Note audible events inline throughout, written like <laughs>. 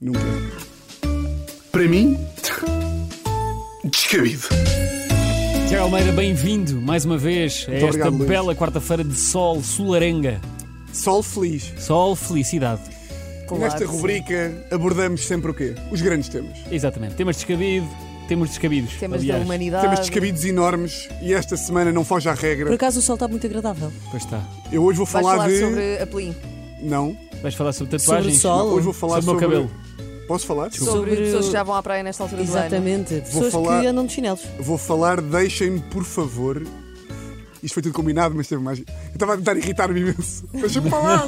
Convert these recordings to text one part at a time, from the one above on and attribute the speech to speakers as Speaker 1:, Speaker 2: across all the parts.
Speaker 1: Nunca. Para mim, descabido.
Speaker 2: Tiago Almeida, bem-vindo mais uma vez a
Speaker 1: Muito
Speaker 2: esta
Speaker 1: obrigado, Luís.
Speaker 2: bela quarta-feira de sol, solarenga,
Speaker 1: Sol feliz.
Speaker 2: sol, felicidade.
Speaker 1: Nesta rubrica abordamos sempre o quê? Os grandes temas.
Speaker 3: Ah.
Speaker 2: Exatamente. Temas descabido, temos descabidos.
Speaker 3: Temas
Speaker 2: aliás.
Speaker 3: da humanidade.
Speaker 1: Temas descabidos enormes e esta semana não foge à
Speaker 4: Por
Speaker 1: regra.
Speaker 4: acaso o sol está muito agradável.
Speaker 2: Pois está.
Speaker 1: Eu hoje vou
Speaker 3: Vais
Speaker 1: falar,
Speaker 3: falar,
Speaker 1: de.
Speaker 3: sobre a Plin.
Speaker 1: Não.
Speaker 2: Vais falar sobre
Speaker 4: Sobre o
Speaker 2: tatuagens?
Speaker 4: sol.
Speaker 1: Hoje vou falar
Speaker 2: Sobre o
Speaker 1: sobre.
Speaker 2: meu cabelo.
Speaker 1: Posso falar?
Speaker 2: Desculpa.
Speaker 3: Sobre,
Speaker 4: Sobre
Speaker 3: pessoas
Speaker 4: o-
Speaker 3: que já vão à praia nesta altura do ano.
Speaker 4: Exatamente. Pessoas
Speaker 1: falar-
Speaker 4: que andam de
Speaker 3: <laughs>
Speaker 4: chinelos.
Speaker 1: Vou falar, deixem-me, por favor. Isto foi tudo combinado, mas teve mais. Eu estava a tentar irritar-me imenso. <laughs> Deixa-me
Speaker 3: <laughs>
Speaker 1: falar!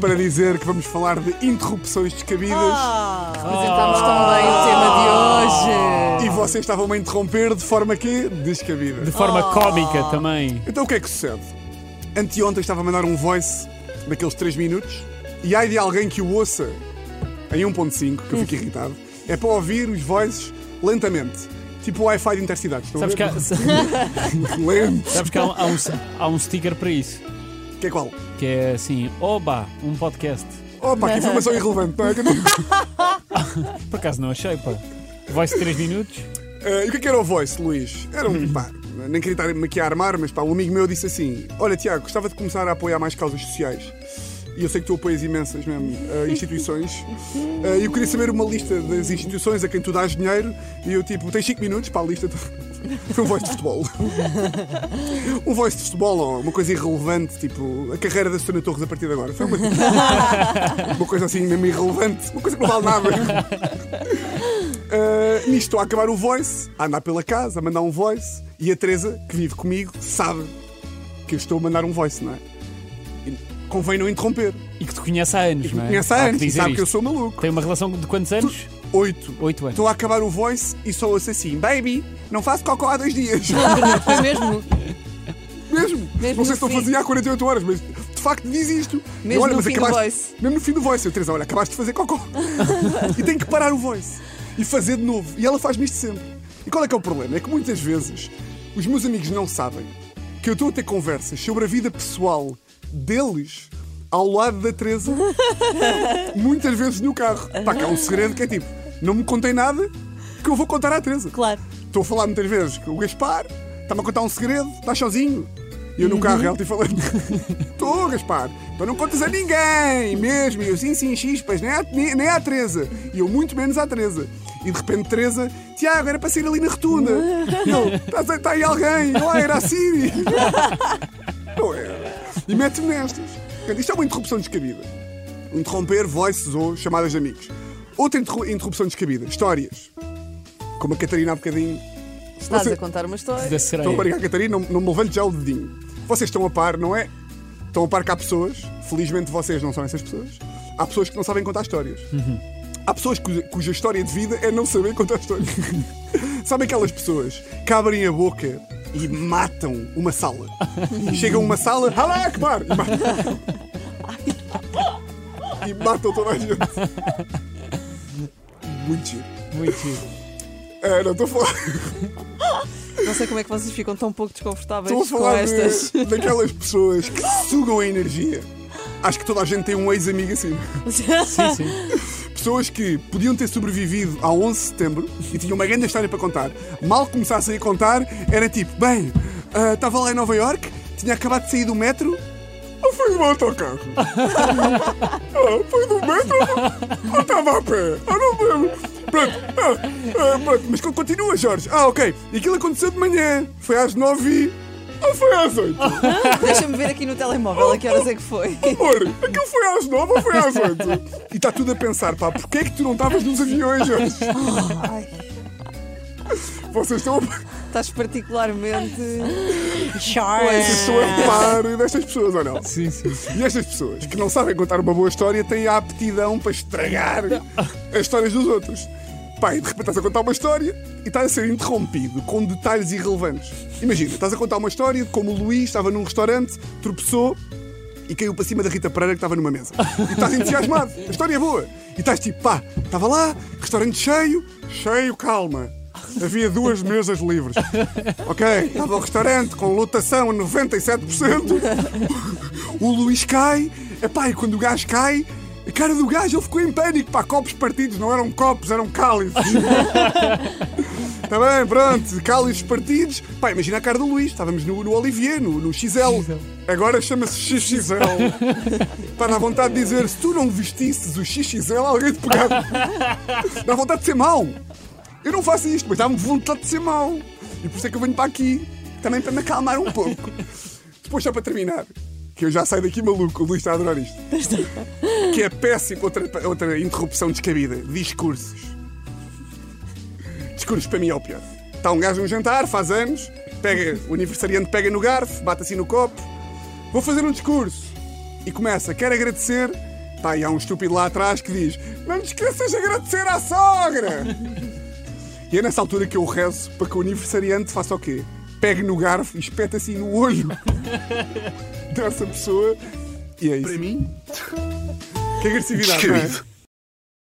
Speaker 1: Para dizer que vamos falar de interrupções descabidas.
Speaker 3: Ah. Apresentámos tão bem o Ah! tema de hoje.
Speaker 1: E vocês estavam-me a interromper de forma que descabida.
Speaker 2: De forma
Speaker 3: Oh!
Speaker 2: cómica também.
Speaker 1: Então o que é que sucede? Anteontem estava a mandar um voice daqueles 3 minutos e ai de alguém que o ouça em 1.5, que eu
Speaker 2: Hum.
Speaker 1: fico irritado, é para ouvir os voices lentamente. Tipo o Wi-Fi de intercidades. Estão a
Speaker 2: Sabes que,
Speaker 1: ver?
Speaker 2: há,
Speaker 1: Lento.
Speaker 2: <laughs> sabes que há, um- há um, há um sticker para isso,
Speaker 1: Que é qual?
Speaker 2: que é assim, oba, um podcast.
Speaker 1: Opa,
Speaker 2: <laughs>
Speaker 1: que informação irrelevante, não é? Que eu não-
Speaker 2: Por acaso não achei, pá. Vai-se 3 minutos.
Speaker 1: Eh, e o que é que era o voice, Luís? Era um. pá, nem queria estar-me aqui a armar, mas pá, um amigo meu disse assim: Olha, Tiago, gostava de começar a apoiar mais causas sociais. E eu sei que tu apoias imensas mesmo eh, instituições. Eh, E eu queria saber uma lista das instituições a quem tu dás dinheiro. E eu, tipo, tens 5 minutos para a lista. Foi <laughs> um voice de futebol. um voice de futebol ou uma coisa irrelevante, tipo a carreira da Susana Torres a partir de agora. Foi uma, <laughs> uma coisa assim mesmo irrelevante, uma coisa que não vale nada. Uh, nisto estou a acabar o voice, a andar pela casa, a mandar um voice, e a Teresa, que vive comigo, sabe que eu estou a mandar um voice, não é? E convém não interromper.
Speaker 2: E que te conhece há anos,
Speaker 1: Me
Speaker 2: não é?
Speaker 1: conhece
Speaker 2: Há
Speaker 1: há
Speaker 2: que
Speaker 1: anos e
Speaker 2: dizer
Speaker 1: sabe que eu
Speaker 2: isto.
Speaker 1: sou maluco.
Speaker 2: Tem uma relação de quantos anos?
Speaker 1: Oito.
Speaker 2: 8 anos.
Speaker 1: Estou a acabar o voice e só ouço assim: Baby, não faço cocó há dois dias.
Speaker 3: É
Speaker 4: Foi mesmo?
Speaker 1: Mesmo.
Speaker 3: Mesmo
Speaker 1: não sei
Speaker 3: no
Speaker 1: se não
Speaker 3: fim.
Speaker 1: fazia há 48 horas, mas de facto diz isto.
Speaker 3: Mesmo
Speaker 1: olha,
Speaker 3: no
Speaker 1: mas
Speaker 3: fim do
Speaker 1: acabaste-
Speaker 3: voice.
Speaker 1: Mesmo no fim do voice. Eu, Teresa, olha, acabaste de fazer
Speaker 3: <laughs>
Speaker 1: cocó. e tenho que parar o voice. E fazer de novo. E ela faz-me isto sempre. E qual é que é o problema? É que muitas vezes os meus amigos não sabem que eu estou a ter conversas sobre a vida pessoal deles ao lado da Teresa,
Speaker 3: <laughs>
Speaker 1: muitas vezes no carro. Pá, que há um segredo que é tipo, não me contei nada que eu vou contar à Teresa.
Speaker 4: Claro.
Speaker 1: Estou a falar muitas vezes que o Gaspar está-me a contar um segredo, estás sozinho. E eu no carro, ele te falando: Estou, Gaspar, então não contas a ninguém, mesmo. E eu, sim, sim, chispas, nem à, nem, nem à Teresa. E eu, muito menos à Teresa. E de repente, Teresa, Tiago, era para sair ali na rotunda. E eu, está tá aí alguém, lá era a Siri. não era. E mete-me nestas. Portanto, Isto é uma interrupção descabida. Interromper voices ou chamadas de amigos. Outra interru- interrupção descabida: histórias. Como a Catarina há bocadinho
Speaker 3: Estás
Speaker 1: Você-
Speaker 3: a contar uma história.
Speaker 2: Da sereia.
Speaker 1: Estou a parar, Catarina, não, não me levante já o dedinho. Vocês estão a par, não é? Estão a par que há pessoas, felizmente vocês não são essas pessoas, há pessoas que não sabem contar histórias. Há pessoas cuja, cuja história de vida é não saber contar histórias. Sabem aquelas pessoas que abrem a boca e matam uma sala? E chegam a uma sala, Alá Akbar! E matam, e matam toda a gente. Muito giro.
Speaker 2: Muito giro.
Speaker 1: Ah, não estou a falar.
Speaker 4: Não sei como é que vocês ficam tão pouco desconfortáveis
Speaker 1: Estou a
Speaker 4: com
Speaker 1: falar de-
Speaker 4: estas.
Speaker 1: <laughs> daquelas pessoas que sugam a energia. Acho que toda a gente tem um ex-amigo assim.
Speaker 2: Sim, sim.
Speaker 1: <laughs> Pessoas que podiam ter sobrevivido ao 11 de setembro e tinham uma grande história para contar. Mal começassem a contar, era tipo: bem, ah, estava lá em Nova York, tinha acabado de sair do metro. <laughs> Ou foi um autocarro? <laughs> ah, foi do metro? Ou estava a pé? Ah, não me lembro. Pronto, ah, ah, pronto, mas co- continua, Jorge. Ah, ok. E aquilo aconteceu de manhã. Foi às 9 e. Ou foi às 8?
Speaker 3: Deixa-me ver aqui no telemóvel a que horas é que foi.
Speaker 1: Amor, aquilo foi às nove ou foi às oito? E está tudo a pensar, pá, porquê é que tu não estavas nos aviões hoje?
Speaker 3: Ai,
Speaker 1: Vocês estão, a-
Speaker 3: estás particularmente.
Speaker 1: vocês estão a par destas pessoas, ou não?
Speaker 2: Sim, sim.
Speaker 1: E estas pessoas que não sabem contar uma boa história têm a aptidão para estragar as histórias dos outros. Pá, e de repente estás a contar uma história e estás a ser interrompido com detalhes irrelevantes. Imagina, estás a contar uma história de como o Luís estava num restaurante, tropeçou e caiu para cima da Rita Pereira que estava numa mesa. E estás entusiasmado, a história é boa. E estás tipo, pá, estava lá, restaurante cheio, cheio, calma. Havia duas mesas livres. Ok, estava o restaurante com lotação a 97%. O Luís cai, epá, e quando o gajo cai, A cara do gajo, ele ficou em pânico. Pá, copos partidos, não eram copos, eram cálices. Está bem, pronto, cálices partidos. Pá, imagina a cara do Luís, estávamos no, no Olivier, no, no XL. Agora chama-se XXL. Pá, dá vontade de dizer: se tu não vestisses o XXL, alguém te pegava. Dá vontade de ser mau. Eu não faço isto, mas dá-me vontade de ser mau. E por isso é que eu venho para aqui, também para me acalmar um pouco. Depois, só para terminar, que eu já saio daqui maluco, o Luís está a adorar isto. Que é péssimo, outra, outra interrupção descabida, discursos. Discursos para mim é o pior. Está um gajo num jantar, faz anos, pega, o aniversariante pega no garfo, bate assim no copo, vou fazer um discurso. E começa, quero agradecer. Pá, e há um estúpido lá atrás que diz: Não te esqueças de agradecer à sogra! E é nessa altura que eu rezo para que o aniversariante faça o quê? Pegue no garfo e espeta assim no olho <laughs> dessa pessoa. E é isso. Para mim? Que agressividade, não é?
Speaker 5: Descabido.